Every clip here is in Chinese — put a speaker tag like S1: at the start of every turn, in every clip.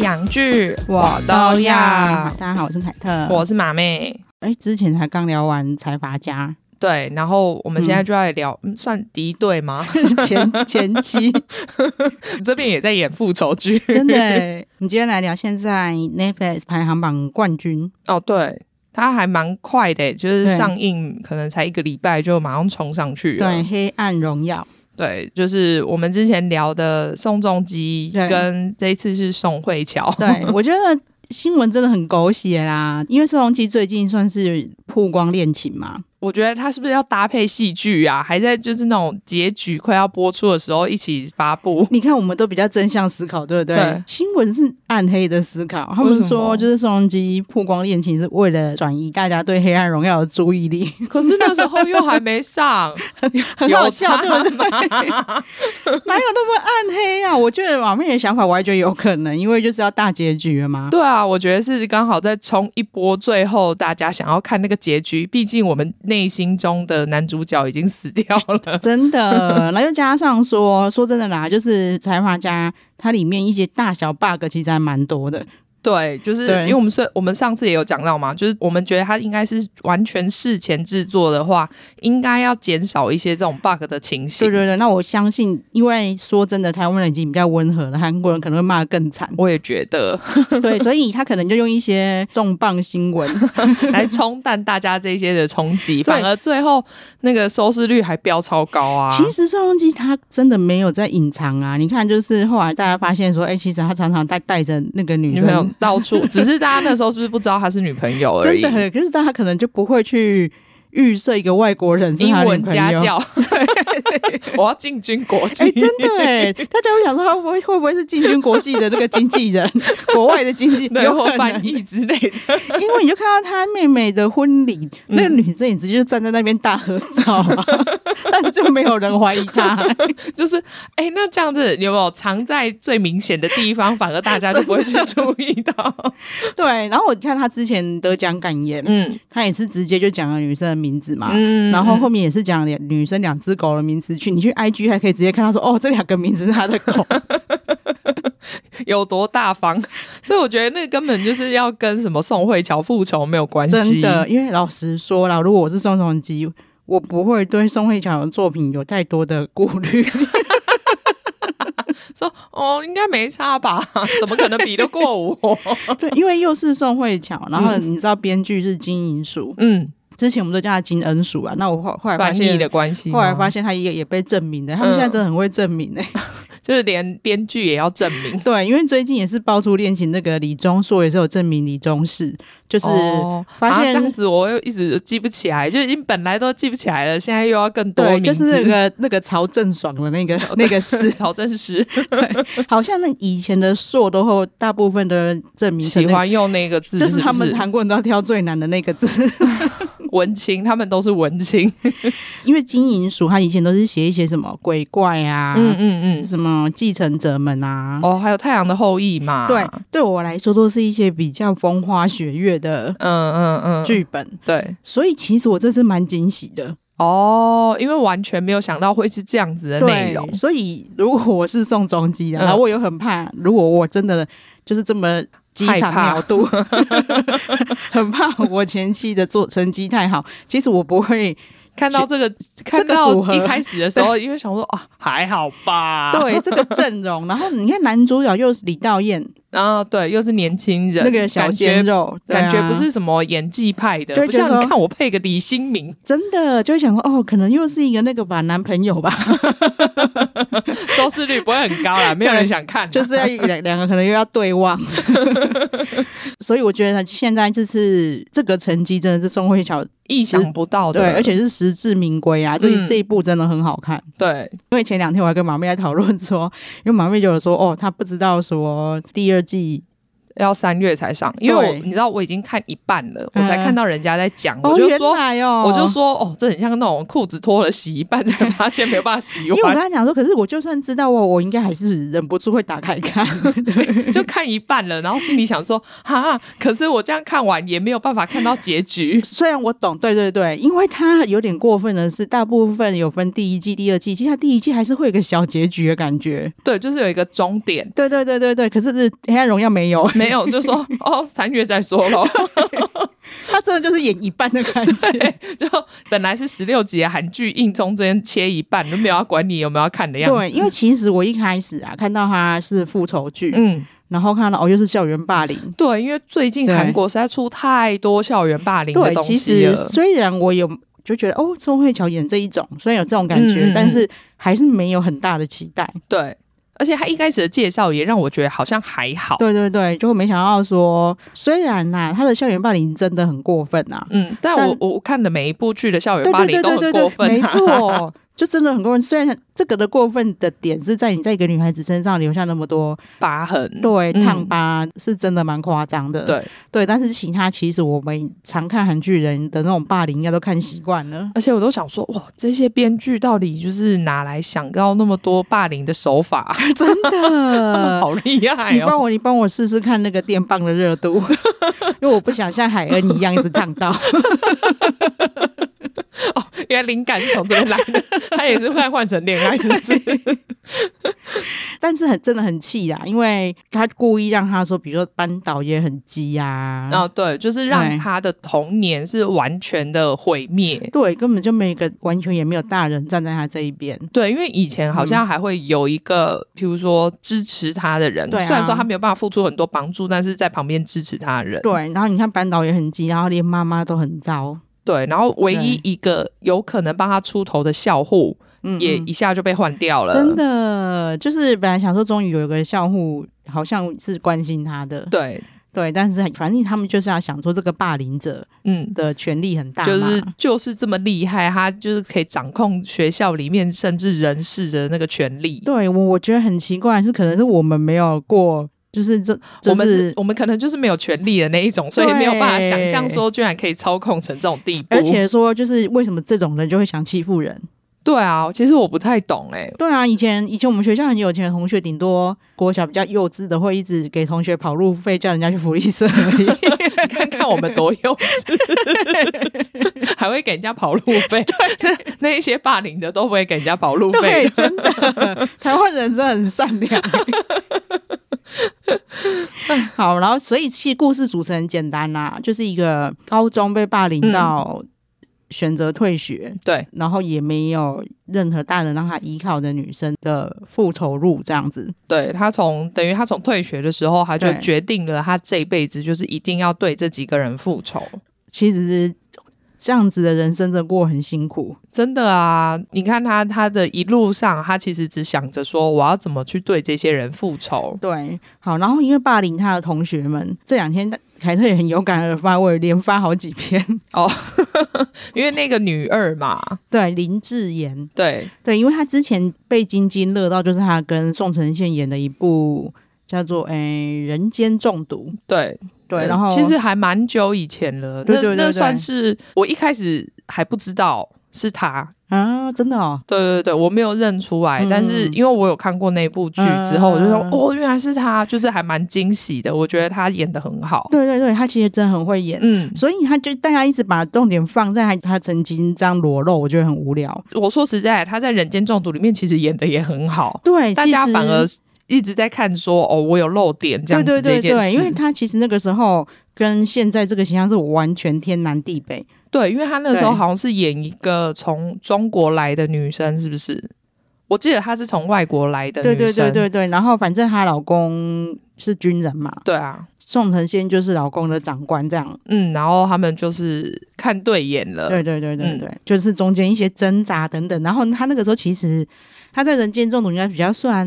S1: 两句我都要。
S2: 大家好，我是凯特。
S1: 我是马妹，
S2: 哎、之前才刚聊完财阀家
S1: 对，然后我们现在就来聊，嗯算敌对吗？
S2: 前前期，
S1: 这边也在演复仇剧，
S2: 真的、欸。我们今天来聊现在 Netflix 排行榜冠军，
S1: 哦，对。它还蛮快的，欸就是
S2: 对
S1: 上映可能才一个礼拜就马上冲上去了。
S2: 对《黑暗荣耀》，
S1: 对，就是我们之前聊的宋仲基，
S2: 对
S1: 跟这一次是宋慧乔。
S2: 对我觉得。新闻真的很狗血啦，因为宋仲基最近算是曝光恋情嘛，
S1: 我觉得他是不是要搭配戏剧啊？还在就是那种结局快要播出的时候一起发布。
S2: 你看，我们都比较正向思考，对不对？
S1: 对
S2: 新闻是暗黑的思考，他们
S1: 为什
S2: 说
S1: 么
S2: 就是宋仲基曝光恋情是为了转移大家对《黑暗荣耀》的注意力，
S1: 可是那时候又还没上，
S2: 很好
S1: 有
S2: 笑，
S1: 差
S2: 对不对？
S1: 吗？
S2: 哪有那么暗黑啊？我觉得网妹的想法，我还觉得有可能，因为就是要大结局了 嘛。。
S1: 对啊，我觉得是刚好在冲一波，最后大家想要看那个结局。毕竟我们内心中的男主角已经死掉了
S2: 真的，然后又加上说，说真的啦，就是财阀家它里面一些大小 bug 其实还蛮多的，
S1: 对，就是
S2: 对
S1: 因为我们是，我们上次也有讲到嘛，就是我们觉得他应该是完全事前制作的话，应该要减少一些这种 bug 的情形。，
S2: 对对对。那我相信，因为说真的，台湾人已经比较温和了，韩国人可能会骂得更惨
S1: 我也觉得
S2: 对，所以他可能就用一些重磅新 闻，
S1: 啊来冲淡大家这些的冲击，
S2: 对
S1: 反而最后那个收视率还飙超高啊！
S2: 其实宋仲基他真的没有在隐藏啊，你看，就是后来大家发现说，哎、其实他常常在带着那个女
S1: 女朋友
S2: 生，
S1: 到处，只是大家那时候是不是不知道她是女朋友而
S2: 真
S1: 已？
S2: 的很，可是大家可能就不会去预设一个外国人是
S1: 英
S2: 他女
S1: 文
S2: 朋
S1: 家
S2: 友。
S1: 教， 我要进军国 际。
S2: 哎、真的哎，大家会想说他会不会会不会是进军国际的那个经纪人，国外的经纪
S1: 对
S2: 有
S1: 或
S2: 可能
S1: 翻，译之类的，
S2: 因为你就看到他妹妹的婚礼，
S1: 嗯
S2: 那个女生也直接就站在那边大合照 啊，但是就没有人怀疑他。
S1: 就是哎、那这样子有没有藏在最明显的地方，反而大家就不会去注意 到？
S2: 对，然后我看他之前得奖感言，
S1: 嗯
S2: 他也是直接就讲了女生的名字嘛。
S1: 嗯
S2: 然后后面也是讲两女生两只狗的名字去，你去 IG 还可以直接看到说，哦，这两个名字是他的狗，
S1: 有多大方？所以我觉得那根本就是要跟什么宋慧乔复仇没有关
S2: 真
S1: 系，
S2: 的。因为老实说啦，如果我是宋仲基，我不会对宋慧乔的作品有太多的顾虑。
S1: 说哦，应该没差吧？ 怎么可能比得过 我？
S2: 对，因为又是宋慧乔，然后你知道编剧是金银淑，
S1: 嗯，
S2: 之前我们都叫他金恩淑啊。那我后后来发
S1: 翻译的
S2: 现，
S1: 关系吗，
S2: 后来发现他也也被证明的，他们现在真的很会证明哎、
S1: 嗯就是连编剧也要证明，
S2: 对，因为最近也是爆出恋情，那个李钟硕也是有证明李钟是，就是、
S1: 哦
S2: 发现
S1: 啊这样子，我又一直记不起来，就已经本来都记不起来了，现在又要更多
S2: 对，
S1: 名字，
S2: 就是那个那个曹郑爽的那 个那个事，
S1: 曹正是
S2: 好像那以前的硕都后大部分的证明可
S1: 喜
S2: 能
S1: 欢用那个字，
S2: 就是他
S1: 不
S2: 们韩国人都要挑最难的那个字，
S1: 文青，他们都是文青，
S2: 因为金银鼠他以前都是写一些什么鬼怪啊，
S1: 嗯嗯，
S2: 什么继承者们啊。
S1: 哦，还有太阳的后裔嘛，
S2: 对，对我来说都是一些比较风花雪月的
S1: 嗯嗯嗯，
S2: 剧本，
S1: 对。
S2: 所以其实我这次蛮惊喜的。
S1: 哦，因为完全没有想到会是这样子的内容
S2: 对，，所以如果我是宋仲基的，
S1: 嗯
S2: 然后我又很怕，如果我真的就是这么机
S1: 害
S2: 场
S1: 怕
S2: 秒度， 很怕我前期的做成绩太好，其实我不会。
S1: 看到这个看
S2: 这个
S1: 到
S2: 组合
S1: 一开始的时候，因为想说啊，还好吧，
S2: 对这个阵容， 然后你看男主角又是李道彦
S1: 然后啊对，又是年轻人，
S2: 那个小
S1: 感觉
S2: 鲜肉，对
S1: 感
S2: 啊
S1: 觉不是什么演技派的，
S2: 就会
S1: 不
S2: 觉得
S1: 像你看我配个李新民，
S2: 真的，就会想说哦，可能又是一个那个吧男朋友吧，
S1: 收视率不会很 高啦，没有人想看啦，
S2: 就是要两两个可能又要对望，所以我觉得现在这次这个成绩真的是宋慧乔
S1: 意想不到的，
S2: 对，而且是实至名归啊！这、
S1: 嗯
S2: 这一部真的很好看。
S1: 对，
S2: 因为前两天我还跟马妹在讨论说，因为马妹就有说，哦，她不知道说第二季
S1: 要三月才上，因为我
S2: 对
S1: 你知道我已经看一半了，我才
S2: 嗯
S1: 看到人家在讲，我就说
S2: 哦原来哦，
S1: 我就说哦，这很像那种裤子脱了洗一半才发现没有办法洗
S2: 因为我跟
S1: 完，
S2: 他讲说，可是我就算知道哦我，我应该还是忍不住会打开看。对。
S1: 就看一半了，然后心里想说哈，可是我这样看完也没有办法看到结局
S2: 虽然我懂，对对对，因为他有点过分的是，大部分有分第一季、第二季，其实他第一季还是会有一个小结局的感觉。
S1: 对，就是有一个终点，
S2: 对对对对对，可是是《黑暗荣耀》没有，
S1: 没有就 说哦，三月再说咯。
S2: 他真的就是演一半的感觉。
S1: 就本来是十六集的韩剧，硬中间切一半，就没有要管你有没有要看的样子。
S2: 对，因为其实我一开始啊，看到他是复仇剧，
S1: 嗯，
S2: 然后看到哦又是校园霸凌。
S1: 对，因为最近
S2: 对
S1: 韩国实在出太多校园霸凌的
S2: 对，
S1: 东
S2: 其
S1: 西
S2: 实
S1: 了。
S2: 虽然我有就觉得哦，宋慧乔演这一种，虽然有这种感觉，
S1: 嗯嗯嗯
S2: 但是还是没有很大的期待。
S1: 对，而且他一开始的介绍也让我觉得好像还好。
S2: 对对对，就没想到说，虽然呐、他的校园霸凌真的很过分啊呐、
S1: 嗯，但我我看的每一部剧的校园霸凌都很过分、啊，
S2: 没 错，就真的很过分。虽然这个的过分的点是在你在一个女孩子身上留下那么多
S1: 疤痕。
S2: 对
S1: 嗯
S2: 烫疤，是真的蛮夸张的。
S1: 对，
S2: 对，但是其他其实我们常看韩剧人的那种霸凌，应该都看习惯 了。
S1: 而且我都想说，哇，这些编剧到底就是哪来想到那么多霸凌的手法？
S2: 真的，
S1: 好厉害
S2: 你帮
S1: 哦！
S2: 我，你帮我试试看那个电棒的热 度，因为我不想像海恩一样一直烫到。
S1: 原来灵感是从这边来 的，他也是换换成恋爱，是不是？
S2: 但是很真的很气啦，因为他故意让他说，比如说班导也很鸡啊呀、
S1: 哦，对，就是让
S2: 嗯对
S1: 他的童年是完全的毁灭。
S2: 对，根本就没有一个完全也没有大人站在他这一边。
S1: 对，因为以前好
S2: 嗯
S1: 像还会有一个，譬如说支持他的人，
S2: 对啊
S1: 虽然说他没有办法付出很多帮助，但是在旁边支持他的人。
S2: 对，然后你看班导也很鸡，然后连妈妈都很糟，
S1: 对，然后唯一一个有可能帮他出头的校护，
S2: 嗯，
S1: 也
S2: 嗯
S1: 一下就被换掉了。
S2: 真。的就是本来想说，终于有一个校护好像是关心他的，
S1: 对，
S2: 对，但是反正他们就是要想说，这个霸凌者
S1: 嗯，
S2: 的权力很大嘛，
S1: 就是就是这么厉害，他就是可以掌控学校里面甚至人事的那个权利。
S2: 对我我觉得很奇怪，是可能是我们没有过，就是这，就
S1: 我们
S2: 是
S1: 是我们可能就是没有权利的那一种，所以没有办法想象说居然可以操控成这种地步。
S2: 而，且说就是为什么这种人就会想欺负人？
S1: 对啊，其实我不太懂哎、
S2: 对啊，以前以前我们学校很有钱的同学，顶多国小比较幼稚的会一直给同学跑路费，叫人家去福利社而已。
S1: 你看看我们多幼稚，还会给人家跑路费。那那一些霸凌的都不会给人家跑路费
S2: 对，
S1: 的。
S2: 真的，台湾人真的很善良。好，然后所以其实故事组成很简单啦、就是一个高中被霸凌到选择退学，
S1: 对
S2: 然后也没有任何大人让她依靠的女生的复仇路这样子。
S1: 对，他从等于他从退学的时候，他就
S2: 对
S1: 决定了他这一辈子就是一定要对这几个人复仇。
S2: 其实是这样子的人生真的过很辛苦，
S1: 真的啊，你看他他的一路上，他其实只想着说我要怎么去对这些人复仇。
S2: 对，好，然后因为霸凌他的同学们，这两天凯特也很有感而发，我也连发好几篇。
S1: 因为那个女二嘛，
S2: 对，林志妍，
S1: 对
S2: 对，因为他之前被金金乐到，就是他跟宋承宪演的一部叫做《诶、人间中毒》，
S1: 对
S2: 对，
S1: 呃
S2: 然后
S1: 其实还蛮久以前了，
S2: 对对对
S1: 那那
S2: 对
S1: 算是我一开始还不知道是他，
S2: 啊，真的哦，
S1: 对对对，我没有认出来，
S2: 嗯
S1: 但是因为我有看过那部剧之后，
S2: 嗯
S1: 我就说
S2: 嗯
S1: 哦，原来是他，就是还蛮惊喜的，我觉得他演的很好，
S2: 对对对，他其实真的很会演。
S1: 嗯。
S2: 所以他就大家一直把重点放在他他曾经这样裸露，我觉得很无聊。
S1: 我说实在，他在《人间中毒》里面其实演的也很好，
S2: 对，
S1: 大
S2: 其
S1: 家
S2: 实
S1: 反而一直在看说哦，我有漏点这样子
S2: 对对
S1: 这件
S2: 对
S1: 事，
S2: 对，因为他其实那个时候跟现在这个形象是完全天南地北。
S1: 对，因为他那时候
S2: 对
S1: 好像是演一个从中国来的女生，是不是？我记得她是从外国来的女
S2: 对
S1: 生，
S2: 对对对对，然后反正她老公是军人嘛，
S1: 对啊，
S2: 宋承宪就是老公的长官这样。
S1: 嗯，然后他们就是看对眼了，
S2: 对对对
S1: 嗯
S2: 对对，就是中间一些挣扎等等。然后他那个时候其实他在《人间中毒》应该比较算，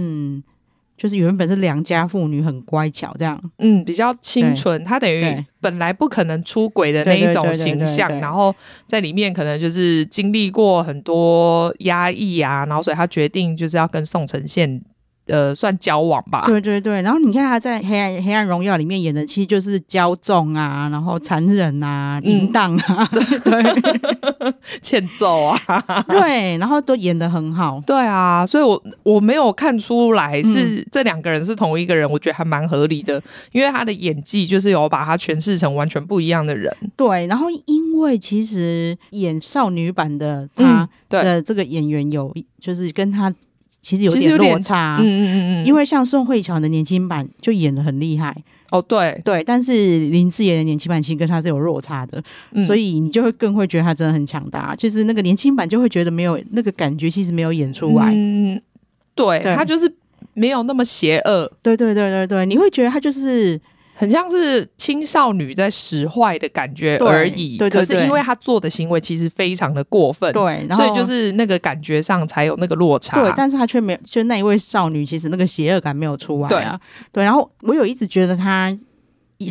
S2: 就是原本是良家妇女，很乖巧这样。
S1: 嗯，比较清纯，她等于
S2: 对
S1: 本来不可能出轨的那一种
S2: 对对对对
S1: 形
S2: 对
S1: 象，
S2: 对
S1: 然后在里面可能就是经历过很多压抑啊，然后所以她决定就是要跟宋承宪呃算交往吧。
S2: 对对对，然后你看他在《黑暗黑暗荣耀》里面演的，其实就是骄纵啊，然后残忍啊，
S1: 嗯
S2: 淫荡 啊，对
S1: 欠揍 啊！
S2: 对，然后都演的很好。
S1: 对啊，所以我我没有看出来
S2: 嗯
S1: 是、这两个人是同一个人，我觉得还蛮合理的，因为他的演技就是有把他诠释成完全不一样的人。
S2: 对，然后因为其实演少女版的他
S1: 嗯对
S2: 的这个演员有，就是跟他其实有
S1: 其实有
S2: 点
S1: 点
S2: 落差。
S1: 嗯嗯嗯嗯，
S2: 啊因为像宋慧乔的年轻版就演的很厉害，
S1: 哦对，
S2: 对，但是林志妍的年轻版其实跟她是有落差的，
S1: 嗯
S2: 所以你就会更会觉得她真的很强大。就是那个年轻版就会觉得没有那个感觉，其实没有演出来。
S1: 嗯，对
S2: 对
S1: 他就是没有那么邪恶，
S2: 对对对对对，你会觉得她就是
S1: 很像是青少女在使坏的感觉
S2: 对
S1: 而已。
S2: 对对
S1: 可是
S2: 对
S1: 因为他做的行为其实非常的过分，
S2: 对，然后
S1: 呃所以就是那个感觉上才有那个落差。
S2: 对，但是她却没有，就那一位少女，其实那个邪恶感没有出来啊。对，然后我有一直觉得她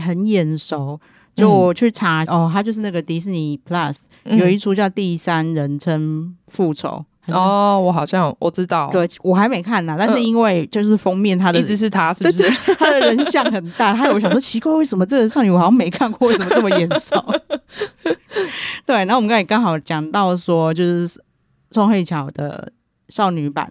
S2: 很眼熟。就我去查、哦，她就是那个迪士尼 Plus
S1: 嗯
S2: 有一出叫《第三人称复仇》，
S1: 哦，我好像我知道，
S2: 对，我还没看呢，但是因为就是封面它的
S1: 一直是他，是不是？
S2: 它的人像很大，还有我想说奇怪，为什么这个少女我好像没看过，为什么这么眼熟？ 对，然后我们刚才刚好讲到说，就是宋慧乔的少女版，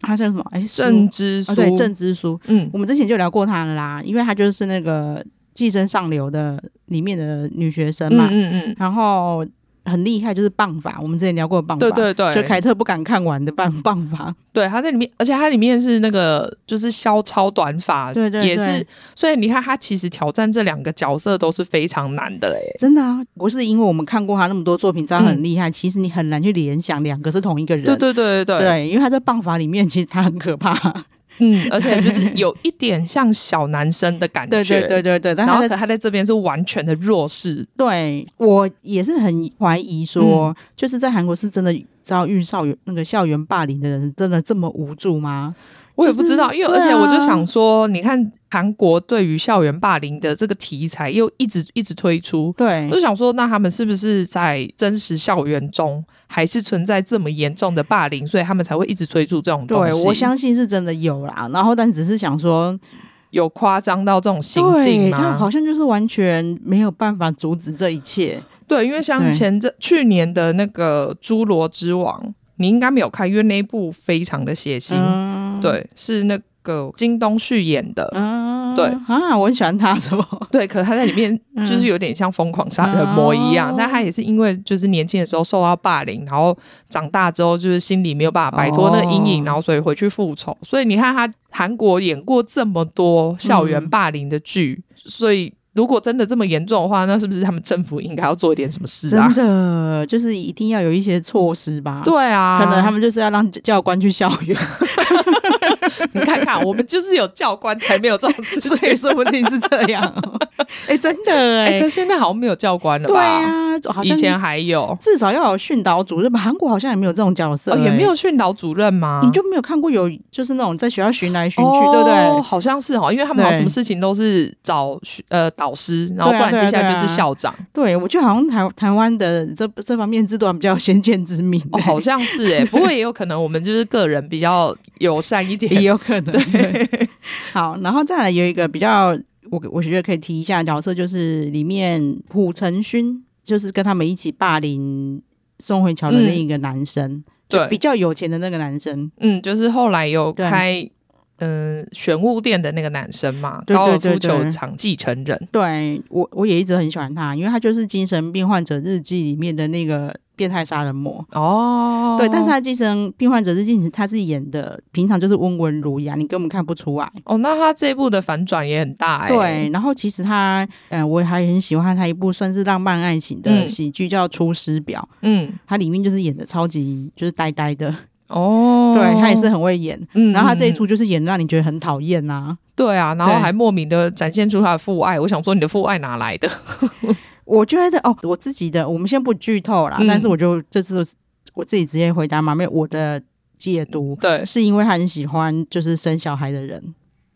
S2: 她叫什么？哎，苏
S1: 郑之书，
S2: 哦对郑之书，
S1: 嗯
S2: 我们之前就聊过她了啦，因为她就是那个《寄生上流》的里面的女学生
S1: 嗯
S2: 嘛，
S1: 嗯嗯，
S2: 然后很厉害，就是棒法，我们之前聊过棒法，
S1: 对对对，嗯
S2: 就凯特不敢看完的棒棒法，
S1: 对，他在里面，而且他里面是那个就是削超短发，
S2: 对对对
S1: 也是，所以你看他其实挑战这两个角色都是非常难的诶、
S2: 真的啊，不是因为我们看过他那么多作品，知道他很厉害，其实你很难去联想两个是同一个人。
S1: 对对对对
S2: 对，因为他在棒法里面，其实他很可 怕。
S1: 嗯，而且就是有一点像小男生的感觉，
S2: 对 对对对对，但
S1: 然后
S2: 他
S1: 可
S2: 在
S1: 他在这边是完全的弱势，
S2: 对我也是很怀疑说，
S1: 嗯
S2: 就是在韩国是真的遭遇校园那个校园霸凌的人，真的这么无助吗？
S1: 我也不知道，
S2: 就是
S1: 因为
S2: 对
S1: 而
S2: 啊
S1: 且我就想说，你看韩国对于校园霸凌的这个题材又一直一直推出，
S2: 对
S1: 我就想说，那他们是不是在真实校园中还是存在这么严重的霸凌，所以他们才会一直推出这种东
S2: 对
S1: 西？，
S2: 我相信是真的有啦。然后，但只是想说，
S1: 有夸张到这种行径
S2: 对他
S1: 吗？
S2: 好像就是完全没有办法阻止这一切。
S1: 对，因为像
S2: 对
S1: 前这去年的那个《侏罗之王》，你应该没有看，因为那一部非常的血腥。
S2: 嗯，
S1: 对，是那个金东旭演的。
S2: 嗯，
S1: 对
S2: 啊，我很喜欢他什么？
S1: 对，可是他在里 面
S2: 嗯
S1: 就是有点像疯狂杀人魔一样，
S2: 哦
S1: 但他也是因为就是年轻的时候受到霸凌，然后长大之后就是心里没有办法摆脱那个阴影，
S2: 哦
S1: 然后所以回去复仇。所以你看他韩国演过这么多校园霸凌的剧，所以如果真的这么严重的话，那是不是他们政府应该要做一点什么事啊
S2: 真？的就是一定要有一些措施吧？、
S1: 对啊，
S2: 可能他们就是要让教官去校园，
S1: 你看看，我们就是有教官才没有这种 事情。
S2: 所以说不定是这样。哎、真的哎、
S1: 哎、可是现在好像没有教官了
S2: 对
S1: 吧？
S2: 啊，好像
S1: 以前还有，
S2: 至少要有训导主任吧？韩国好像也没有这种角色、
S1: 哦，也
S2: 哎
S1: 没有。训导主任吗？
S2: 你就没有看过有就是那种在学校巡来巡去，
S1: 哦
S2: 对不对？
S1: 好像是哦，因为他们好
S2: 对
S1: 像什么事情都是找学呃导师，然后不然
S2: 对啊
S1: 接下来就
S2: 对啊
S1: 是校长。
S2: 对，我觉得好像台台湾的这这方面制度还比较有先见之明、欸
S1: 哦，好像是哎，不过也有可能我们就是个人比较友善一
S2: 也
S1: 点。
S2: 有可能。对，好，然后再来有一个比较，我我觉得可以提一下的角色，就是里面朴成勋，就是跟他们一起霸凌宋慧乔的另一个男生，就比
S1: 嗯对，
S2: 较有钱的那个男生。
S1: 嗯，就是后来有
S2: 对
S1: 开嗯玄武店的那个男生嘛，
S2: 对对
S1: 高尔
S2: 对
S1: 夫
S2: 对
S1: 球场继承人。
S2: 对我，我也一直很喜欢他，因为他就是《精神病患者日记》里面的那个变态杀人魔。
S1: 哦，
S2: 对，但是他《精神病患者日记》他是演的，平常就是温文儒雅，你根本看不出来。
S1: 哦，那他这一部的反转也很大哎。
S2: 对，，然后其实他，呃，我还很喜欢他一部算是浪漫爱情的
S1: 嗯
S2: 喜剧，叫《出师表》，
S1: 嗯，
S2: 他里面就是演的超级就是呆呆的，
S1: 哦，
S2: 对他也是，很会演。
S1: 嗯
S2: 然后他这一
S1: 嗯
S2: 出就是演得让你觉得很讨厌呐、
S1: 对啊，然后
S2: 对
S1: 还莫名的展现出他的父爱，我想说你的父爱哪 来的？
S2: 我觉得哦，我自己的我们先不剧透啦，
S1: 嗯
S2: 但是我就这次我自己直接回答嘛，没有我的解读
S1: 对，
S2: 是因为他很喜欢就是生小孩的人，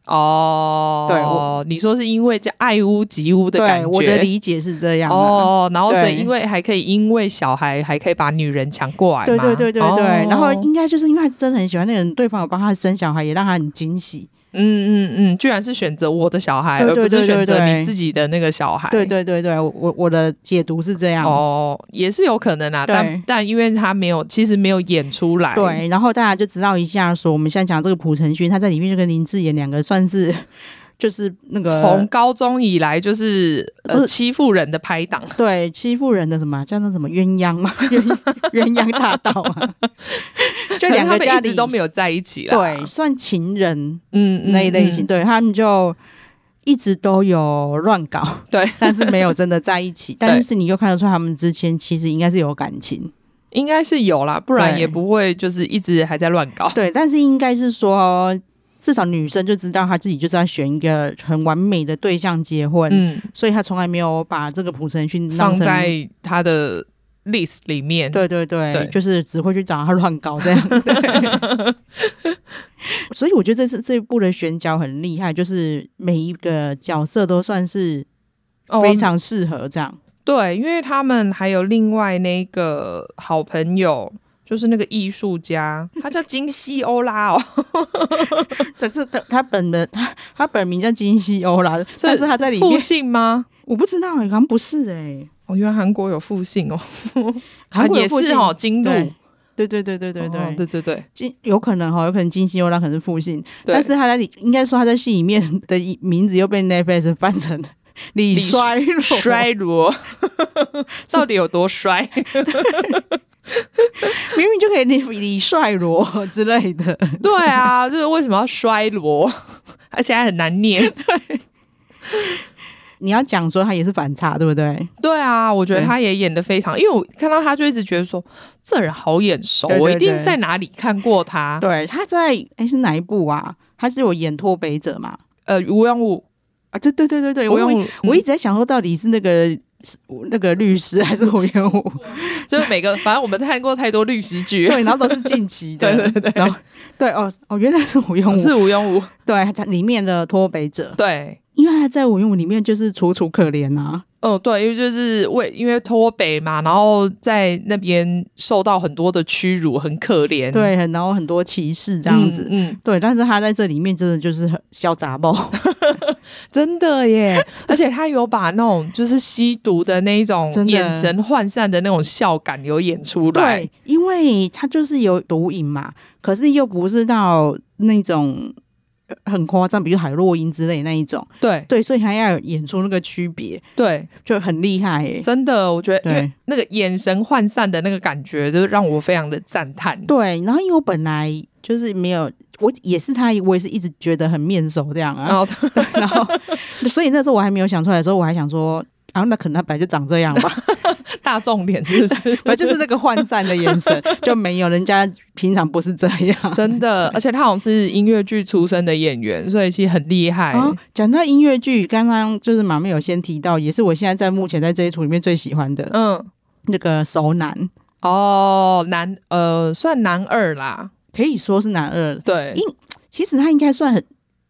S1: 哦，
S2: 对
S1: 哦，你说是因为叫爱屋及乌的感
S2: 对，
S1: 觉，
S2: 我的理解是这样、啊。
S1: 哦，然后所
S2: 对
S1: 以因为还可以因为小孩还可以把女人抢过来
S2: 对
S1: 嘛，
S2: 对对对对，
S1: 哦
S2: 然后应该就是因为他真的很喜欢那个人，对方有帮他生小孩，也让他很惊喜。
S1: 嗯嗯嗯，居然是选择我的小孩，
S2: 对
S1: 而
S2: 对
S1: 不是
S2: 对
S1: 选
S2: 对
S1: 择你
S2: 对
S1: 自己的那个小孩，
S2: 对对对对，我我我的解读是这样。
S1: 哦，也是有可能啊，
S2: 对
S1: 但但因为他没有，其实没有演出来，
S2: 对，然后大家就知道一下说，我们现在讲这个朴承勋，他在里面就跟林志妍两个算是就是那个
S1: 从高中以来就是
S2: 不
S1: 呃
S2: 是
S1: 欺负人的拍档，
S2: 对欺负人的什么叫那什么鸳鸯 嘛，鸳鸳鸯大道啊，就两个
S1: 可是他
S2: 家
S1: 们一
S2: 里
S1: 直都没有在一起啦，
S2: 对算情人
S1: 嗯，嗯
S2: 那一类型，
S1: 嗯
S2: 对他们就。一直都有乱搞，
S1: 对，
S2: 但是没有真的在一 起。但是你又看得出他们之间其实应该是有感情，
S1: 应该是有啦，不然
S2: 对
S1: 也不会就是一直还在乱搞。
S2: 对。但是应该是说，至少女生就知道她自己就是要选一个很完美的对象结婚，
S1: 嗯，
S2: 所以他从来没有把这个朴承勋当
S1: 放
S2: 嗯成
S1: 在他的 list 里面。
S2: 对对对，
S1: 对
S2: 就是只会去找他乱搞这样。对 所以我觉得这次这一部的选角很厉害，就是每一个角色都算是
S1: 哦，
S2: 非常适合这样。
S1: 对，因为他们还有另外那个好朋友，就是那个艺术家，他叫金希欧拉哦。
S2: 对，这他他本人他他本名叫金希欧啦，但是他 在里
S1: 复
S2: 面
S1: 姓吗？
S2: 我不知道、好像不是哎、
S1: 哦，原来韩国有复姓哦，
S2: 韩国
S1: 啊
S2: 有
S1: 也
S2: 复
S1: 是
S2: 姓
S1: 哦，金路，
S2: 对对对对对对对，
S1: 哦对对对，
S2: 金有可能哦哈，有可能金希欧拉可能是复姓，
S1: 对
S2: 但是他在里应该说他在戏里面的一名字又被 Netflix 翻成 李
S1: 李
S2: 衰弱，
S1: 衰弱， 到底有多衰？
S2: 明明就可以李李衰弱之类的，
S1: 对啊，就是为什么要衰 弱？而且还很难念。
S2: 你要讲说他也是反差，对不对？
S1: 对啊，我觉得
S2: 对
S1: 他也演的非常，因为我看到他就一直觉得说，这人好眼熟，
S2: 对对
S1: 我一定
S2: 对
S1: 在哪里看过他。
S2: 对，他在哎是哪一部啊？他是有演脱北者嘛？
S1: 呃，吴庸武，
S2: 啊，对对对对对，
S1: 吴
S2: 我嗯
S1: 庸
S2: 我
S1: 武，
S2: 我一
S1: 一
S2: 直在想说到底是那个是那个律师还是 胡彦武？
S1: 就是每个，反正我们看过太多律师剧，
S2: 对，然后都是近期的，
S1: 对
S2: 对对然后对哦哦，原来是胡彦武，
S1: 是吴庸武，
S2: 对他里面的脱北者，
S1: 对。
S2: 因为他在我用里面就是楚楚可怜啊，
S1: 嗯，对，因为就是为因为脱北嘛，然后在那边受到很多的屈辱，很可怜，
S2: 对，很然后很多歧视
S1: 嗯，
S2: 这样子。
S1: 嗯，
S2: 对，但是他在这里面真的就是很小杂包，
S1: 真的耶！ 而且他有把那种就是吸毒的那一种
S2: 真的
S1: 眼神涣散的那种笑感有演出来，
S2: 对，因为他就是有毒瘾嘛，可是又不是到那种呃很夸张，比如海洛因之类那一种，
S1: 对
S2: 对，所以他要演出那个区别，
S1: 对
S2: 就很厉害耶、
S1: 真的，我觉得因为
S2: 对
S1: 那个眼神涣散的那个感觉，就是让我非常的赞叹。
S2: 对，然后因为我本来就是没有，我也是他，我也是一直觉得很面熟这样啊，
S1: 然后，
S2: 然后，所以那时候我还没有想出来的时候，我还想说，啊，那可能他本来就长这样吧，
S1: 大众脸是不是？
S2: 反正就是那个涣散的眼神就没有，人家平常不是这样。
S1: 真的，而且他好像是音乐剧出身的演员，所以其实很厉害。
S2: 哦，讲到音乐剧，刚刚就是马妹有先提到，也是我现在在目前在这一组里面最喜欢的
S1: 嗯，
S2: 那个熟男，
S1: 哦，男呃，算男二啦，
S2: 可以说是男二。
S1: 对
S2: 因，其实他应该算很，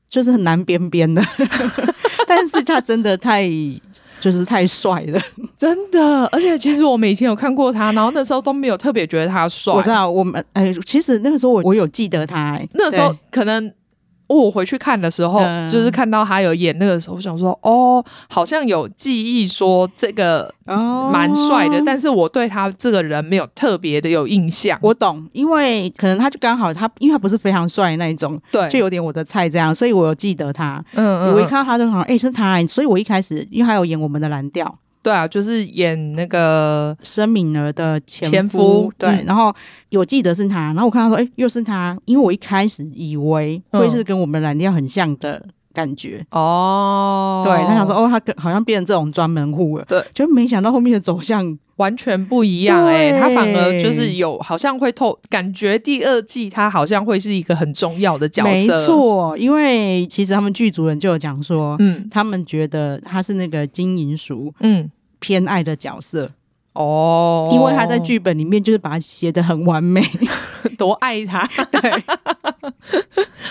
S2: 就是很难边边的， 但是他真的太就是太帅了。
S1: 真的。而且其实我们以前有看过他，然后那时候都没有特别觉得他帅。
S2: 我知道，我们哎、其实那个时候我我有记得他、哎
S1: 那时候
S2: 对
S1: 可能哦我回去看的时候，
S2: 嗯
S1: 就是看到他有演那个时候，我想说哦，好像有记忆说这个
S2: 哦
S1: 蛮帅的，但是我对他这个人没有特别的有印象。
S2: 我懂，因为可能他就刚好他，因为他不是非常帅那一种，
S1: 对，
S2: 就有点我的菜这样，所以我有记得他。
S1: 嗯
S2: 我一
S1: 嗯，嗯
S2: 看到他就好像，哎、是他、所以我一开始因为他有演我们的蓝调
S1: 对啊，就是演那个
S2: 申敏儿的前夫，
S1: 前夫
S2: 对，
S1: 嗯
S2: 然后有记得是他，然后我看到说，哎、又是他，因为我一开始以为
S1: 嗯
S2: 会是跟我们蓝调很像的感觉，
S1: 哦，
S2: 对，他想说，哦，他跟好像变成这种专门户了，
S1: 对，
S2: 就没想到后面的走向，
S1: 完全不一样哎、
S2: 对
S1: 他反而就是有好像会透感觉第二季他好像会是一个很重要的角色，
S2: 没，错，因为其实他们剧组人就有讲说。
S1: 嗯
S2: 他们觉得他是那个金银淑，
S1: 嗯，
S2: 偏爱的角色，
S1: 哦，
S2: 因为他在剧本里面就是把它写的很完美。
S1: 多爱他。
S2: 对，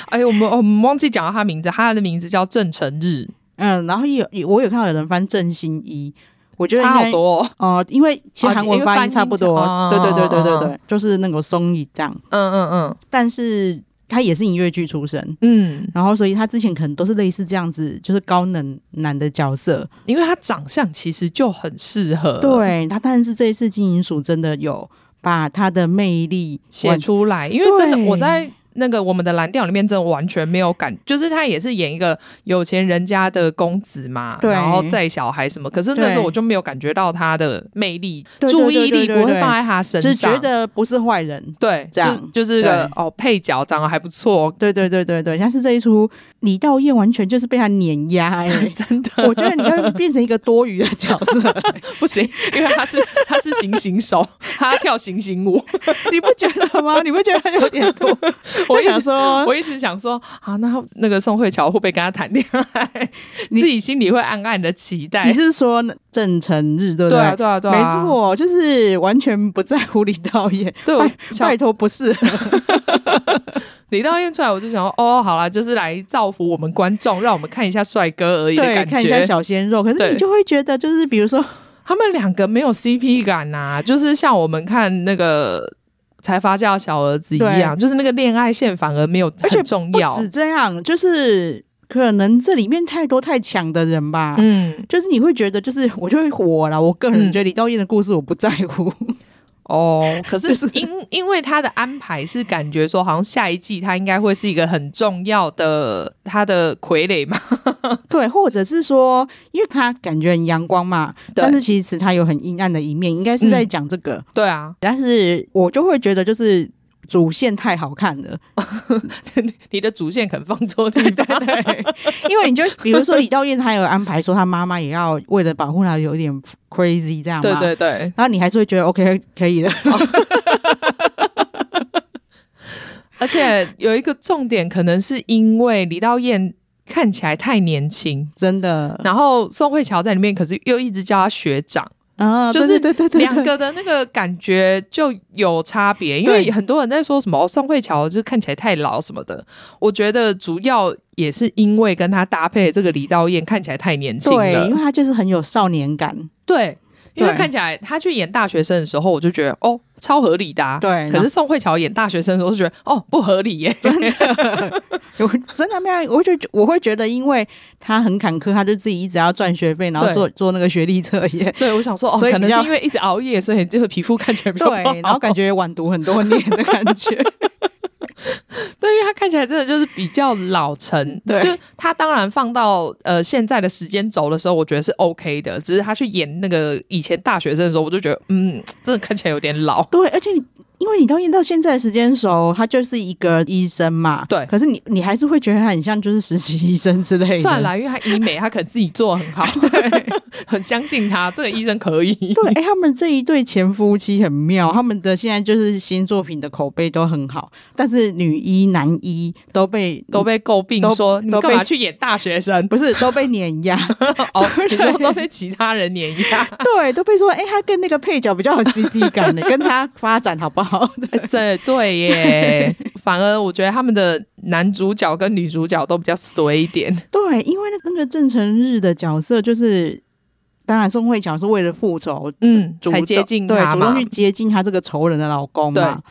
S1: 哎，我们我们忘记讲到他名字，他的名字叫郑成日，
S2: 嗯，然后也有我有看到有人翻郑欣一，我觉得应
S1: 差好
S2: 该
S1: 多、哦。
S2: 哦、因为其实
S1: 哦
S2: 韩
S1: 因
S2: 文
S1: 为
S2: 发
S1: 翻
S2: 音
S1: 译
S2: 差不
S1: 成
S2: 多，
S1: 哦
S2: 对对对对对
S1: 哦
S2: 对，就是那个松一这样，
S1: 嗯嗯
S2: 但是他也是音乐剧出身。
S1: 嗯嗯，
S2: 然后，所以他之前可能都是类似这样子，就是高能男的角色。
S1: 因为他长相其实就很适合，，
S2: 对他，但是这一次金银鼠真的有把他的魅力
S1: 写
S2: 完
S1: 出来。因为真的
S2: 对
S1: 我在那个我们的蓝调里面，真的完全没有感，就是他也是演一个有钱人家的公子嘛，
S2: 对
S1: 然后带小孩什么。可是那时候
S2: 对
S1: 我就没有感觉到他的魅力，
S2: 对对
S1: 注意力
S2: 对对对
S1: 不会放在他身上，
S2: 只觉得不是坏人。
S1: 对，
S2: 这样
S1: 就就是个
S2: 对
S1: 哦配角，长得还不错，
S2: 对对对对对，但是这一出李道彦完全就是被他碾压哎、
S1: 真的
S2: 我觉得你要变成一个多余的角色，
S1: 不行，因为他是他是行刑手， 他要跳行刑舞。
S2: 你不觉得吗？你不觉得他有点 多？
S1: 我
S2: 我
S1: 一直
S2: 想说，
S1: 我一直想说啊，那那个宋慧乔会不会跟他谈恋爱？
S2: 你
S1: 自己心里会暗暗的期待
S2: 你。是说郑成日对不
S1: 对啊，对啊，对啊，
S2: 没，错，就是完全不在乎李道彦，
S1: 对我
S2: 拜
S1: 想
S2: 拜托不是，
S1: 李道彦出来，我就想说，哦，好啦，就是来造福我们观众，让我们看一下帅哥而已的
S2: 对，
S1: 感
S2: 看一下
S1: 觉。
S2: 小鲜肉，可是
S1: 对
S2: 你就会觉得，就是比如说，
S1: 他们两个没有 CP 感呐、就是像我们看那个财阀家的小儿子一样，就是那个恋爱线反而没有
S2: 而且
S1: 很重
S2: 不
S1: 要。
S2: 止这样，就是可能这里面太多太强的人吧。
S1: 嗯，
S2: 就是你会觉得，就是我就会火了。我个人觉得李道彦的故事我不在 乎，
S1: 哦，可
S2: 就是是
S1: 因 因为他的安排是感觉说，好像下一季他应该会是一个很重要的他的傀儡嘛。
S2: 对，或者是说，因为他感觉很阳光嘛，
S1: 对
S2: 但是其实他有很阴暗的一面，应该是在
S1: 嗯
S2: 讲这个。
S1: 对啊，
S2: 但是我就会觉得，就是主线太好看了，
S1: 你的主线肯放错地方。
S2: 对， 因为你就比如说李道彦，他有安排说他妈妈也要为了保护他，有点 crazy 这样嘛，
S1: 对对对，
S2: 然后你还是会觉得 OK 可以的，
S1: 而且有一个重点，可能是因为李道彦看起来太年轻，
S2: 真的
S1: 然后宋慧乔在里面，可是又一直叫他学长，
S2: 啊，
S1: 就
S2: 对
S1: 是
S2: 对对对，对
S1: 两个的那个感觉就有差别。因为
S2: 对
S1: 很多人在说什么、哦、宋慧乔就是看起来太老什么的，我觉得主要也是因为跟他搭配的这个李道彦看起来太年轻
S2: 对，因为
S1: 了，
S2: 他就是很有少年感，
S1: 对。因为他
S2: 对
S1: 看起来，他去演大学生的时候，我就觉得哦，超合理的、啊。
S2: 对
S1: 可是宋慧乔演大学生的时候，就觉得哦，不合理耶。
S2: 我真的没有，我就我会觉得，因为他很坎坷，他就自己一直要赚学费，然后
S1: 对
S2: 做做那个学历测 验，
S1: 对，我想说，哦，
S2: 所以
S1: 可能
S2: 比较
S1: 是因为一直熬夜，所以这个皮肤看起来比较不好
S2: 对，然后感觉晚读很多年的感觉，
S1: 对，因为他看起来真的就是比较老成，
S2: 对
S1: 就他当然放到呃现在的时间轴的时候，我觉得是 OK 的，只是他去演那个以前大学生的时候，我就觉得嗯，真的看起来有点老。
S2: 对，而且你因为你到演到现在的时间熟，他就是一个医生嘛，
S1: 对
S2: 可是你你还是会觉得他很像就是实习医生之类的，
S1: 算了，因为他医美，他可能自己做得很 好，很相信他这个医生可以。
S2: 对，哎、他们这一对前夫妻很妙，他们的现在就是新作品的口碑都很好，但是女一男一都被
S1: 都被诟病
S2: 都
S1: 说你
S2: 都
S1: 干嘛
S2: 被
S1: 去演大学生？
S2: 不是都被碾 压，
S1: 哦， 你说都被其他人碾压，
S2: 对，都被说哎、他跟那个配角比较有 CP 感的，跟他发展好不好？ 对
S1: 这 对 耶。反而我觉得他们的男主角跟女主角都比较衰一点。
S2: 对，因为那个那个郑成日的角色就是，当然宋慧乔是为了复仇，
S1: 嗯，
S2: 主
S1: 才接
S2: 动
S1: 近
S2: 对，
S1: 他
S2: 主
S1: 嘛
S2: 动去。接近她这个仇人的老公嘛
S1: 对。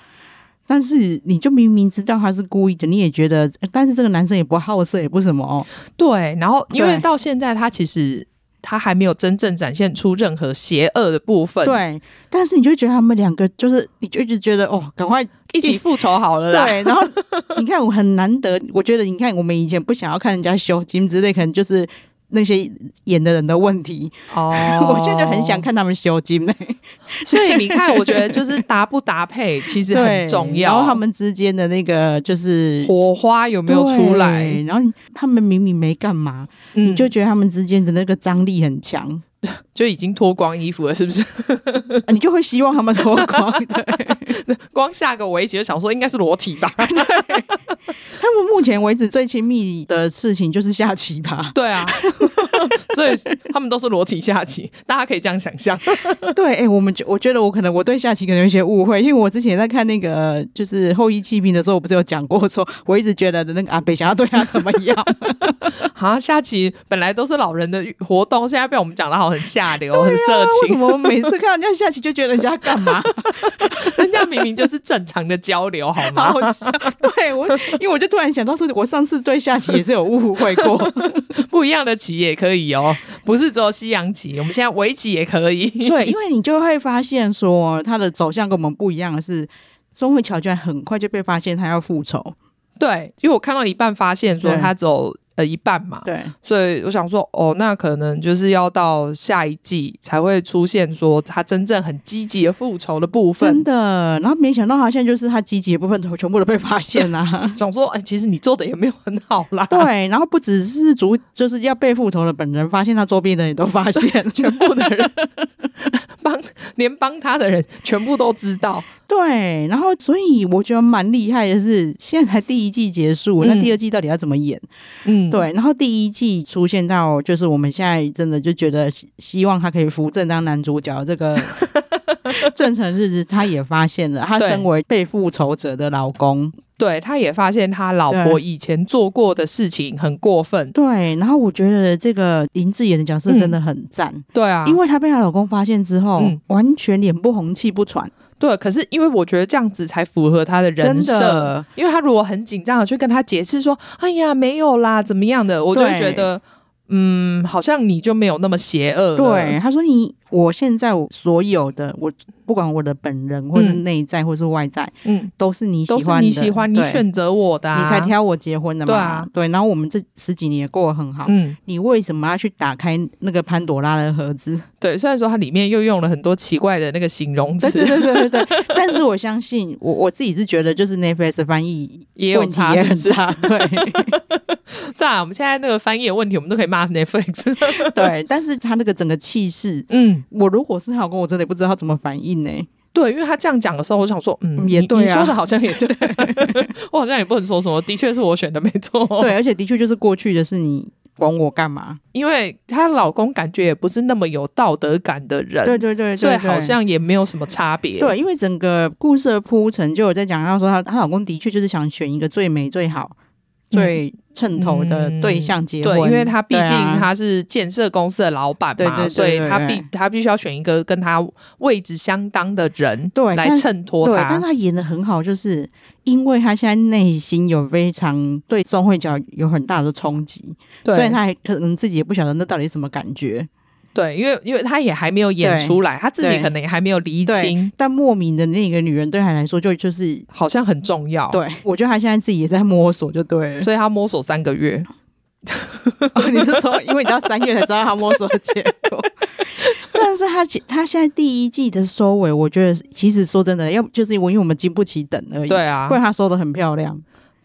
S2: 但是你就明明知道他是故意的，你也觉得，呃但是这个男生也不好色，也不什么哦。
S1: 对，然后因为
S2: 对
S1: 到现在他其实他还没有真正展现出任何邪恶的部分，，
S2: 对，但是你就觉得他们两个就是，你就一直觉得哦，赶快
S1: 一起复仇好了啦。
S2: 对， 然后你看我很难得，我觉得你看我们以前不想要看人家修金之类，可能就是那些演的人的问题。
S1: 哦
S2: 我现在就很想。看他们修 金嘞，
S1: 所以你看，我觉得就是搭不搭配其实
S2: 对，
S1: 很重
S2: 然
S1: 要。
S2: 后他们之间的那个就是
S1: 火花有没有出来，
S2: 对然后你他们明明没干嘛，
S1: 嗯
S2: 你就觉得他们之间的那个张力很 强，
S1: 就已经脱光衣服了，是不是？
S2: 啊你就会希望他们脱光。 对，
S1: 光下个围棋就想说应该是裸体 吧？
S2: 他们目前为止最亲密的事情就是下棋吧。
S1: 对啊， 所以他们都是裸体下棋，大家可以这样想象。
S2: 对，哎、我们觉我觉得我可能我对下棋可能有一些误会，因为我之前在看那个就是《后羿弃兵》的时候，我不是有讲过说， 我一直觉得那个阿北想要对他怎么样，
S1: 啊，下棋本来都是老人的活动，现在被我们讲的好像很下流、
S2: 啊
S1: 很色
S2: 为什
S1: 情，
S2: 么我每次看人家下棋就觉得人家干 嘛？
S1: 人家明明就是正常的交流，好吗？
S2: 好笑，对我，因为我就突然想到说，我上次对下棋也是有误会过。
S1: 不一样的棋也可以哦，不是只有西洋棋，我们现在围棋也可以。
S2: 对，因为你就会发现说，他的走向跟我们不一样的是，钟慧乔居然很快就被发现他要复仇。
S1: 对，因为我看到一半发现说
S2: 对
S1: 他走呃一半嘛，
S2: 对，
S1: 所以我想说，哦，那可能就是要到下一季才会出现说他真正很积极的复仇的部
S2: 真
S1: 分。
S2: 的。然后没想到他现在就是他积极的部分都全部都被发现啦、
S1: 想说，哎、其实你做的也没有很好啦，
S2: 对，然后不只是主，就是要被复仇的本人发现，他周边的人也都发现，全部的人。
S1: 帮连帮他的人全部都知道。
S2: 对，然后所以我觉得蛮厉害的是，现在才第一季结束，那
S1: 嗯
S2: 第二季到底要怎么演？
S1: 嗯，
S2: 对，然后第一季出现到就是我们现在真的就觉得希希望他可以扶正当男主角这 个正成日子，他也发现了他
S1: 对
S2: 身为被复仇者的老公，
S1: 对，他也发现他老婆
S2: 对
S1: 以前做过的事情很过分。
S2: 对，然后我觉得这个林志妍的角色真的很赞，
S1: 对嗯啊，
S2: 因为她被她老公发现之后，
S1: 嗯
S2: 完全脸不红气不喘，
S1: 对，可是因为我觉得这样子才符合他的人
S2: 真
S1: 设。
S2: 的。
S1: 因为他如果很紧张的去跟他解释说：“哎呀，没有啦，怎么样的”，我就会
S2: 对
S1: 觉得，嗯，好像你就没有那么邪恶了。
S2: 对，他说你，我现在我所有的，我不管我的本人，或是
S1: 嗯
S2: 内在，或是外在，
S1: 嗯，
S2: 都是你喜
S1: 都
S2: 欢的，
S1: 是你喜欢，你
S2: 对
S1: 选择我的、啊，
S2: 你才。挑我结婚的嘛。
S1: 对啊
S2: 对然后我们这十几年也过得很好，
S1: 嗯，
S2: 你为什么要去打开那个潘朵拉的盒子？
S1: 对。虽然说它里面又用了很多奇怪的那个形容
S2: 对对对
S1: 词，
S2: 对对对。但是我相信，我我自己是觉得，就是 Netflix 翻译
S1: 也有
S2: 问题
S1: 差，
S2: 也
S1: 是不
S2: 很
S1: 是？
S2: 大， 对
S1: 算啊了，我们现在那个翻译的问题，我们都可以骂 Netflix。
S2: 对。但是他那个整个气势。
S1: 嗯，
S2: 我如果是他老公，我真的也不知道他怎么反应呢、
S1: 对，因为他这样讲的时候，我想说，嗯，
S2: 嗯也
S1: 你
S2: 对啊
S1: 你说的好像也对， 我好像也不能说什么，的确是我选的，没错。
S2: 对，，而且的确就是过去的是你管我干嘛？
S1: 因为她老公感觉也不是那么有道德感的人，
S2: 对对对对
S1: 所以
S2: 对，
S1: 好像也没有什么差别。
S2: 对，因为整个故事的铺陈就有在讲到说她，她老公的确就是想选一个最美、最好、最称头的对象结婚，
S1: 嗯对，因为他毕
S2: 对
S1: 竟
S2: 啊
S1: 他是建设公司的老板嘛，
S2: 对对对对
S1: 所以他
S2: 对
S1: 必他必须要选一个跟他位置相当的人，
S2: 对
S1: 来
S2: 但是
S1: 衬托
S2: 对，但是
S1: 他。
S2: 他演的很好，就是因为他现在内心有非常对宋慧乔有很大的冲击，
S1: 对
S2: 所以他还可能自己也不晓得那到底是什么感觉，
S1: 对，因为因为他也还没有演
S2: 对
S1: 出来，他自己
S2: 对
S1: 可能也还没有厘清，
S2: 但莫名的那个女人对他来说就就是。
S1: 好像很重要。，
S2: 对，我觉得他现在自己也在摸索，就对了。
S1: 所以他摸索三个月。
S2: 哦，你是说，因为你到三月才知道他摸索的结 果？但是他其他现在第一季的收尾，我觉得其实说真的，要就是因为我们经不起等而已。
S1: 对，啊
S2: 不，然他收的很漂亮，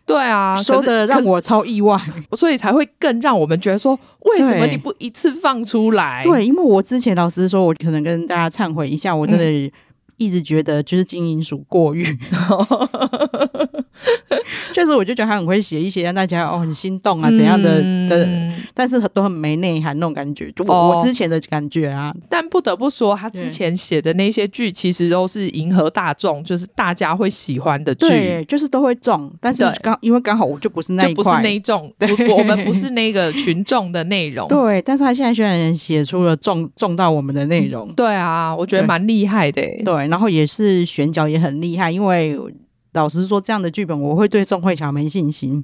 S1: 对啊，
S2: 收的让
S1: 可是
S2: 我超意外。
S1: 可是所以才会更让我们觉得说，为什么
S2: 对
S1: 你不一次放出来？
S2: 对，因为我之前老实说，我可能跟大家忏悔一下，我真
S1: 嗯
S2: 的一直觉得就是金银鼠 过誉，就是我就觉得他很会写一些让大家哦很心动啊怎样的、的，
S1: 嗯
S2: 但是都很没内涵那种感觉，就我、
S1: 哦
S2: 我之前的感觉啊，
S1: 但不得不说，他之前写的那些剧其实都是迎合大众，就是大家会喜欢的剧，
S2: 对，就是都会中，但是
S1: 对
S2: 刚因为刚好我就不是那
S1: 就
S2: 一
S1: 不是
S2: 块，
S1: 那一种，我我们不是那个群众的内容。
S2: 对，但是他现在虽然写出了中中到我们的内容，
S1: 对啊，我觉得
S2: 对
S1: 蛮厉害的、欸。
S2: 对，然后也是选角也很厉害，因为老实说，这样的剧本我会对宋慧乔没信心。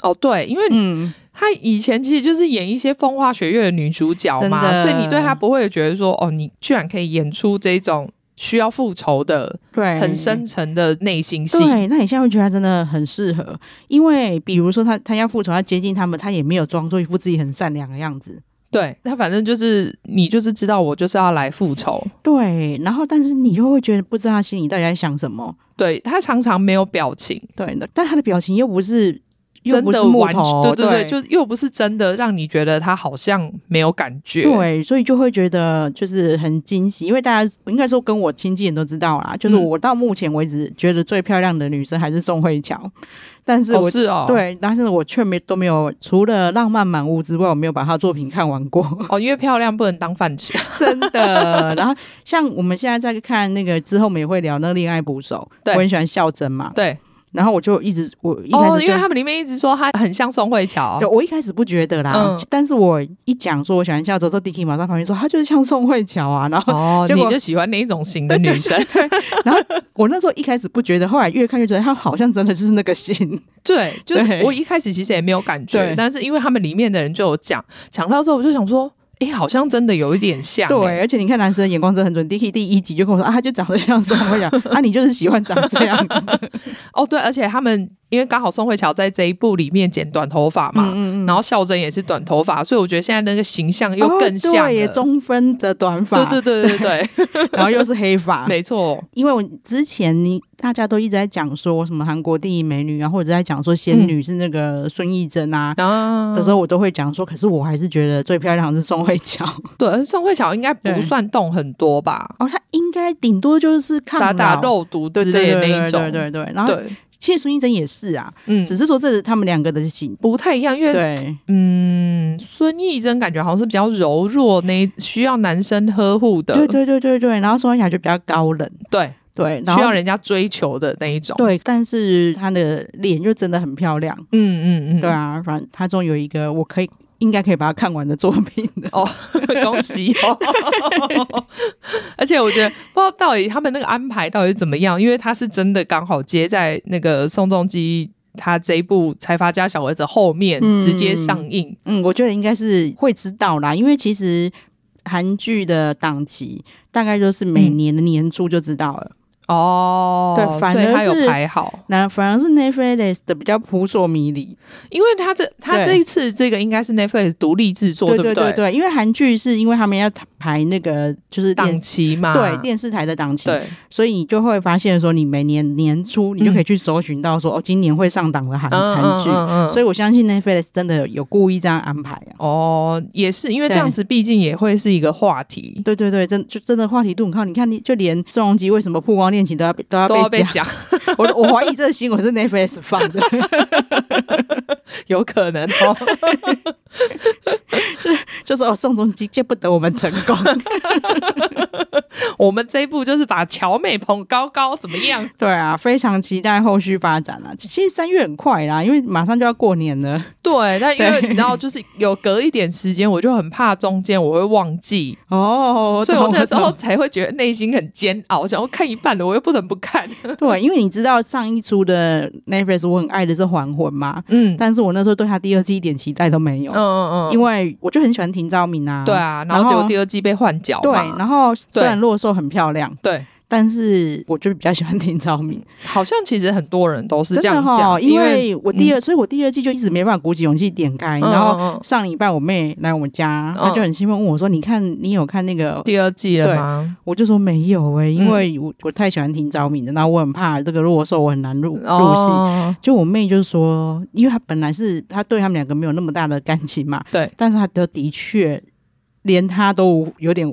S1: 哦，对，因为
S2: 嗯，
S1: 她以前其实就是演一些风花雪月的女主角嘛
S2: 真，的
S1: 所以你对她不会觉得说，哦，你居然可以演出这种需要复仇的、
S2: 对，
S1: 很深。沉的内心戏。
S2: 对，那你现在会觉得他真的很适合，因为比如说他他要复仇，他接近他们，他也没有装作一副自己很善良的样子。
S1: 对他，反正就是你就是知道我就是要来复仇。
S2: 对，然后但是你又会觉得不知道他心里到底在想什么。
S1: 对他常常没有表情，
S2: 对，但他的表情又不是。又
S1: 真
S2: 不是
S1: 的
S2: 木
S1: 完
S2: 头，
S1: 对
S2: 对
S1: 对，就又不是真的让你觉得它好像没有感觉。，
S2: 对，所以就会觉得就是很惊喜，因为大家应该说跟我亲近人都知道啦，就是
S1: 嗯
S2: 我到目前为止觉得最漂亮的女生还是宋慧乔，但是我、
S1: 哦是哦，，
S2: 对，但是我却没都没有，除了《浪漫满屋》之外，我没有把她的作品看完 过，
S1: 哦，因为漂亮不能当饭吃。
S2: 真的。然后像我们现在在看那个之后，我们也会聊那个《恋爱捕手》，
S1: 对
S2: 我很喜欢孝珍嘛，
S1: 对，
S2: 然后我就一直我一开
S1: 哦，
S2: 始
S1: 因
S2: 就
S1: 为他们里面一直说她很像宋慧 乔
S2: 对，，我一开始不觉得啦，
S1: 嗯
S2: 但是我一讲说我喜欢孝珍之后，Dicky 马上旁边说她就是像宋慧乔啊，然后
S1: 哦，
S2: 结
S1: 你
S2: 果
S1: 就喜欢那一种型的女生，
S2: 我那时候一开始不觉得，后来越看越觉得他好像真的就是那个型。
S1: 对，就 是
S2: 对
S1: 我一开始其实也没有感觉
S2: 对，
S1: 但是因为他们里面的人就有讲，讲到之后我就想说，哎、好像真的有一点像、
S2: 对，
S1: 诶，
S2: 而且你看男生的眼光真的很准。Dicky 第一集就跟我说啊，他就长得像宋慧乔，啊，你就是喜欢长这样。
S1: 哦对，而且他们因为刚好宋慧乔在这一部里面剪短头发嘛，
S2: 嗯
S1: 然后孝珍也是短头发，所以我觉得现在那个形象又更像了、
S2: 哦对耶，中分的短发，
S1: 对对 对对对，对
S2: 对，然后又是黑发。
S1: 没错，
S2: 因为我之前你大家都一直在讲说什么韩国第一美女啊，或者在讲说仙女是那个孙艺珍啊。
S1: 啊
S2: 的时候我都会讲说，可是我还是觉得最漂亮的是宋慧乔。
S1: 对，宋慧乔应该不
S2: 对
S1: 算动很多吧，
S2: 哦，她应该顶多就是抗
S1: 打打
S2: 老
S1: 肉毒之
S2: 对对
S1: 类的
S2: 对
S1: 那一种，
S2: 对对对。对然后
S1: 对，
S2: 其实孙艺珍也是啊，
S1: 嗯，
S2: 只是说这是他们两个的型。
S1: 不太一样，因为
S2: 对，
S1: 嗯，孙艺珍感觉好像是比较柔弱那一需要男生呵护的，
S2: 对对对对对，然后宋慧乔就比较高冷，
S1: 对
S2: 对，然
S1: 需
S2: 后
S1: 要人家追求的那一种。
S2: 对，但是她的脸就真的很漂亮，
S1: 嗯嗯嗯，
S2: 对啊，反正她终于有一个我可以应该可以把它看完的作品 的。
S1: 哦恭喜哦！ 而且我觉得不知道到底他们那个安排到底是怎么样，因为他是真的刚好接在那个宋仲基他这一部《财阀家小儿子》后面
S2: 嗯
S1: 直接上映。
S2: 嗯，我觉得应该是会知道啦，因为其实韩剧的档期大概就是每年的年初就知道了。
S1: 哦
S2: 对反
S1: 所以
S2: 而
S1: 他有
S2: 是
S1: 排好，
S2: 那反而是 Netflix 的比较扑朔迷离，
S1: 因为他这他
S2: 对
S1: 这一次这个应该是 Netflix 独立制作，
S2: 对
S1: 不
S2: 对对，因为韩剧是因为他们要排那个就是
S1: 档
S2: 电
S1: 期嘛，
S2: 对电视台的档期，
S1: 啊对，
S2: 所以你就会发现说，你每年年初你就可以去搜寻到说，哦，今年会上档的韩
S1: 嗯
S2: 韩剧。
S1: 嗯
S2: 所以我相信 Netflix 真的有有故意这样安排啊。
S1: 哦，也是因为这
S2: 对
S1: 样子，毕竟也会是一个话题，
S2: 对对对，真就真的话题度很高。你看，你就连宋仲基为什么曝光恋情都 要被都要
S1: 都要
S2: 被
S1: 被
S2: 讲，
S1: 讲，
S2: 我我怀疑这个新闻是 Netflix 放的。
S1: 有可能哦。
S2: 就是哦，宋仲基见不得我们成 功。
S1: 我们这一步就是把乔美捧高高，怎么样？
S2: 对啊，非常期待后续发展啊。其实三月很快啦，因为马上就要过年了。
S1: 对，但因为你知道，就是有隔一点时间，我就很怕中间我会忘记，
S2: 哦
S1: 所以我那时候
S2: 懂
S1: 才会觉得内心很煎熬，想要看一半了，我又不能不看。
S2: 对，因为你知道上一出的 Netflix 我很爱的是《还魂》嘛，
S1: 嗯嗯
S2: 但是我那时候对他第二季一点期待都没有，
S1: 嗯
S2: 因为我就很喜欢廷昭敏啊。
S1: 对啊，然
S2: 然
S1: 后
S2: 后
S1: 结果第二季被换角
S2: 对，
S1: 嘛，
S2: 然后虽然洛寿很漂亮，
S1: 对，
S2: 但是我就比较喜欢廷昭敏，
S1: 好像其实很多人 都是
S2: 真
S1: 这样
S2: 的
S1: 讲，
S2: 哈，因为我第二，所以我第二季就一直没办法鼓起勇气点开，
S1: 嗯
S2: 然
S1: 嗯
S2: 后。
S1: 嗯
S2: 上礼拜我妹来我们家，
S1: 嗯
S2: 她就很兴奋问我说：“你看，你有看那个
S1: 第嗯二季了
S2: 对
S1: 吗？？”
S2: 我就说没有诶、因为我我太喜欢听昭敏的，然后我很怕这个洛寿，我很难入入戏。
S1: 哦
S2: 就我妹就说，因为她本来是她对他们两个没有那么大的感情嘛，
S1: 对，
S2: 但是她的的确连她都有点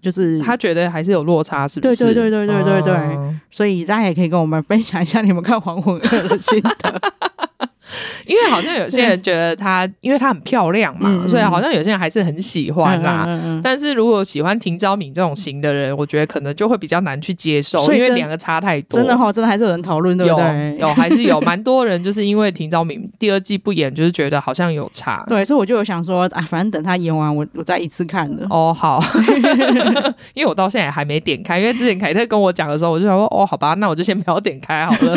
S2: 就是，
S1: 他觉得还是有落差，是不是？
S2: 对对对对对对对
S1: 哦
S2: 所以大家也可以跟我们分享一下你们看《黄昏二》的心 得。
S1: 因为好像有些人觉得她，因为她很漂亮嘛，
S2: 嗯嗯
S1: 所以好像有些人还是很喜欢啦。
S2: 嗯嗯嗯
S1: 但是如果喜欢婷昭敏这种型的人，我觉得可能就会比较难去接受，
S2: 所以
S1: 因为
S2: 真
S1: 两个差太多。
S2: 真的哈、真的还是有人讨论，对不
S1: 有
S2: 对？
S1: 有还是有蛮多人就是因为婷昭敏第二季不演，就是觉得好像有差。
S2: 对，所以我就有想说啊，反正等她演完，我我再一次看 了。
S1: 哦，好，因为我到现在还没点开，因为之前凯特跟我讲的时候，我就想说，哦，好吧，那我就先不要点开好 了。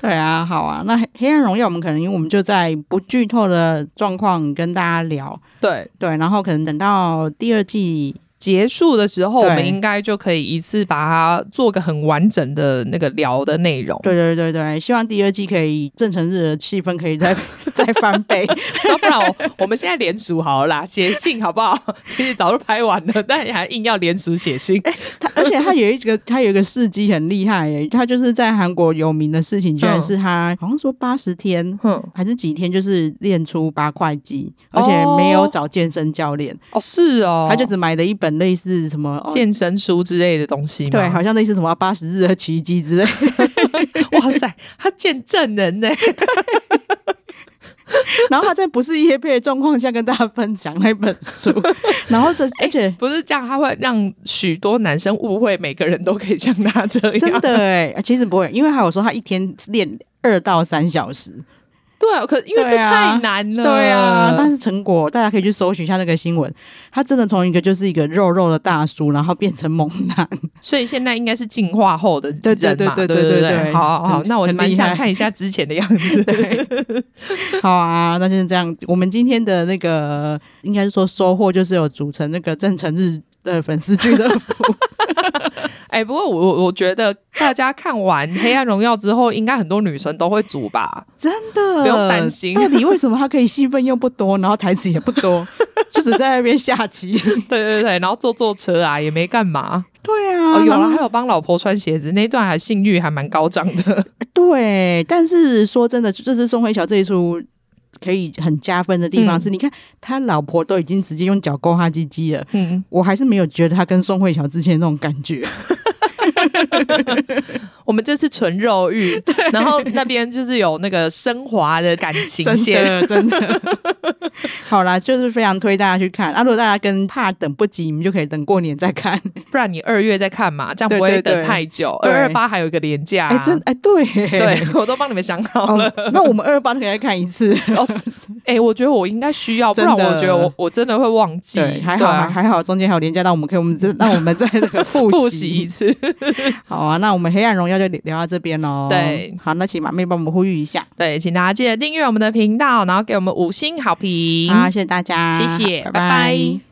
S2: 对啊，好啊。那《黑暗荣耀》我们可能因为我们就在不剧透的状况跟大家聊，
S1: 对，
S2: 对，然后可能等到第二季，
S1: 结束的时候，我
S2: 对
S1: 们应该就可以一次把它做个很完整的那个聊的内容。
S2: 对对对对，希望第二季可以正成日的气氛可以再再再翻倍。
S1: 要不然我我们现在联署好了啦，写信好不 好？其实早就拍完了，但你还硬要联署写信，
S2: 他而且他有一个他有一个事迹很厉害耶，他就是在韩国有名的事情，居
S1: 嗯
S2: 然是他、好像说八十天
S1: 哼，
S2: 还是几天，就是练出八块肌，而且
S1: 哦
S2: 没有找健身教练，
S1: 哦，是哦，
S2: 他就只买了一本类似什么。哦
S1: 健身书之类的东西吗？
S2: 对，好像类似什么八十日的奇迹之类 的，
S1: 哇塞，他见证人呢、
S2: 然后他在不是叶配的状况下跟大家分享那本书， 然后的而且
S1: 不是这样，他会让许多男生误会每个人都可以像他这样。
S2: 真的哎、其实不会，因为他有说他一天练二到三小时，
S1: 对啊，可因为这
S2: 对啊
S1: 太难了。
S2: 对啊，但是成果大家可以去搜寻一下那个新闻，他真的从一个就是一个肉肉的大叔，然后变成猛男，
S1: 所以现在应该是进化后的人嘛，
S2: 对对
S1: 对
S2: 对对
S1: 对
S2: 对对
S1: 对。
S2: 对
S1: 好好好，
S2: 很
S1: 那我
S2: 很
S1: 蛮
S2: 厉
S1: 想
S2: 害
S1: 看一下之前的样子。
S2: 好啊，那就是这样。我们今天的那个应该是说收获就是有组成那个郑成日的粉丝俱乐部，
S1: 哎、不过我我我觉得大家看完《黑暗荣耀》之后，应该很多女生都会组吧？
S2: 真的
S1: 不用担心
S2: 到底为什么他可以戏份又不多，然后台词也不 多，就只在那边下棋？
S1: 对对对，然后坐坐车啊，也没干嘛。
S2: 对啊，
S1: 哦，有
S2: 然
S1: 了，
S2: 后
S1: 还有帮老婆穿鞋子那一段，还性欲还蛮高涨 的。
S2: 对，但是说真的，这是宋慧乔这一出可以很加分的地方
S1: 嗯
S2: 是，你看他老婆都已经直接用脚勾他鸡鸡了，
S1: 嗯，
S2: 我还是没有觉得他跟宋慧乔之前那种感 觉。
S1: 我们这次纯肉 欲，然后那边就是有那个升华的感情线。，
S2: 真的。好啦，就是非常推大家去看。啊，如果大家跟怕等不及，你们就可以等过年再看。
S1: 不然你二月再看嘛，这样不会
S2: 对对对
S1: 等太久。
S2: 对
S1: 二二八还有一个廉价、
S2: 哎、真哎、对
S1: 啊对。 我都帮你们想好了。
S2: 哦，那我们二八都可以再看一次。
S1: 哎、我觉得我应该需要，不然
S2: 哦真的
S1: 我觉得我我真的会忘记。
S2: 对，还好、
S1: 对啊
S2: 还好，中间还有连接到我们可以，我们再让我们再那个复
S1: 复习
S2: 习
S1: 一。次。
S2: 好啊，那我们黑暗荣耀就聊到这边喽。
S1: 对，
S2: 好，那请马妹帮我们呼吁一下。
S1: 对，请大家记得订阅我们的频道，然后给我们五星好评。
S2: 好，谢谢大家，
S1: 谢谢拜
S2: 拜
S1: 拜